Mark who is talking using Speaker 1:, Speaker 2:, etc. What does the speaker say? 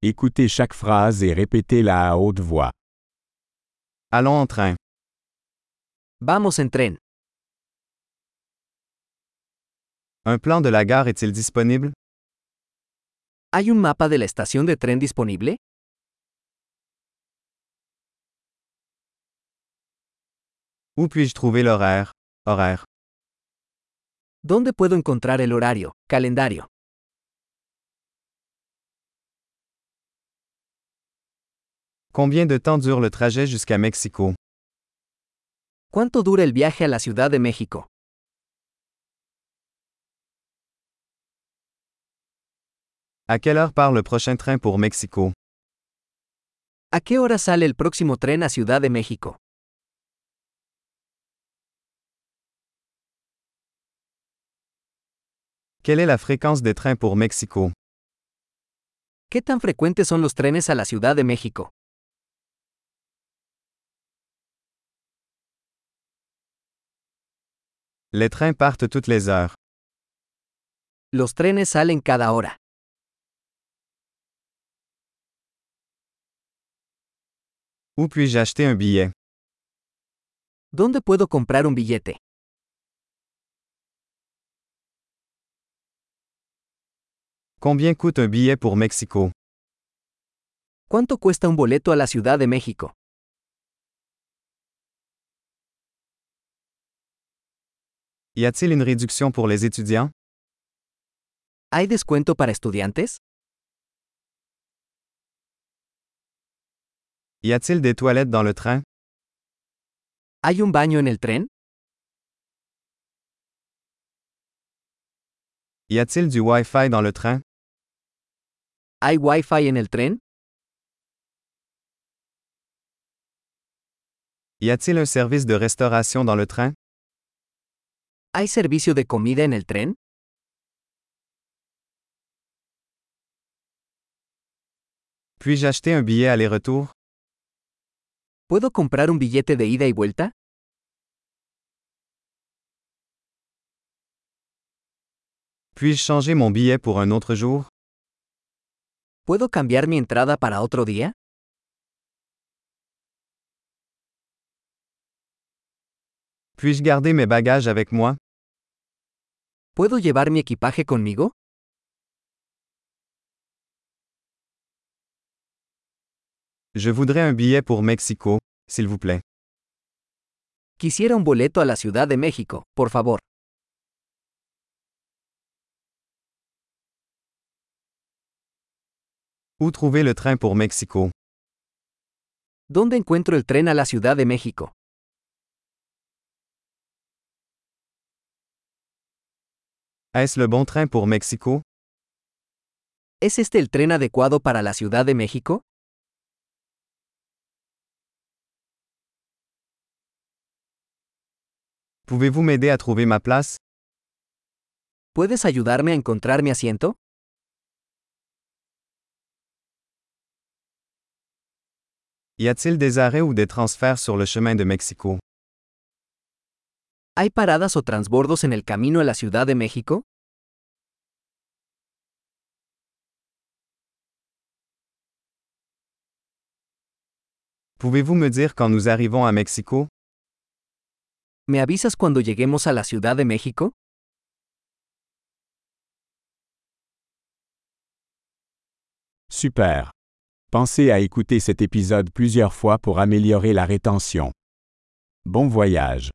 Speaker 1: Écoutez chaque phrase et répétez-la à haute voix.
Speaker 2: Allons en train.
Speaker 3: Vamos en tren.
Speaker 2: Un plan de la gare est-il disponible?
Speaker 3: ¿Hay un mapa de la estación de tren disponible?
Speaker 2: Où puis-je trouver l'horaire? Horaire.
Speaker 3: ¿Dónde puedo encontrar el horario, calendario?
Speaker 2: Combien de temps dure le trajet jusqu'à Mexico?
Speaker 3: ¿Cuánto dura el viaje a la Ciudad de México?
Speaker 2: À quelle heure part le prochain train pour Mexico?
Speaker 3: ¿A qué hora sale el próximo tren a Ciudad de México?
Speaker 2: Quelle est la fréquence des trains pour Mexico?
Speaker 3: ¿Qué tan frecuentes son los trenes a la Ciudad de México?
Speaker 2: Les trains partent toutes les heures.
Speaker 3: Los trenes salen cada hora.
Speaker 2: Où puis-je acheter un billet?
Speaker 3: ¿Dónde puedo comprar un billete?
Speaker 2: Combien coûte un billet pour Mexico?
Speaker 3: ¿Cuánto cuesta un boleto a la Ciudad de México?
Speaker 2: Y a-t-il une réduction pour les étudiants?
Speaker 3: ¿Hay descuento para estudiantes?
Speaker 2: Y a-t-il des toilettes dans le train?
Speaker 3: ¿Hay un baño en el tren?
Speaker 2: Y a-t-il du Wi-Fi dans le train?
Speaker 3: ¿Hay Wi-Fi en el tren?
Speaker 2: Y a-t-il un service de restauration dans le train?
Speaker 3: ¿Hay servicio de comida en el tren?
Speaker 2: Puis-je acheter un billet aller-retour?
Speaker 3: ¿Puedo comprar un billete de ida y vuelta?
Speaker 2: Puis-je changer mon billet pour un autre jour?
Speaker 3: ¿Puedo cambiar mi entrada para otro día?
Speaker 2: Puis-je garder mes bagages avec moi?
Speaker 3: ¿Puedo llevar mi equipaje conmigo?
Speaker 2: Je voudrais un billet pour Mexico, s'il vous plaît.
Speaker 3: Quisiera un boleto a la Ciudad de México, por favor.
Speaker 2: Où trouver le train pour Mexico?
Speaker 3: ¿Dónde encuentro el tren a la Ciudad de México?
Speaker 2: Est-ce le bon train pour Mexico?
Speaker 3: ¿Es este el tren adecuado para la Ciudad de México?
Speaker 2: Pouvez-vous m'aider à trouver ma place?
Speaker 3: ¿Puedes ayudarme a encontrar mi asiento?
Speaker 2: Y a-t-il des arrêts ou des transferts sur le chemin de Mexico?
Speaker 3: ¿Hay paradas o transbordos en el camino a la Ciudad de México?
Speaker 2: Pouvez-vous me dire quand nous arrivons à Mexico?
Speaker 3: ¿Me avisas cuando lleguemos a la Ciudad de México?
Speaker 1: Super. Pensez à écouter cet épisode plusieurs fois pour améliorer la rétention. Bon voyage.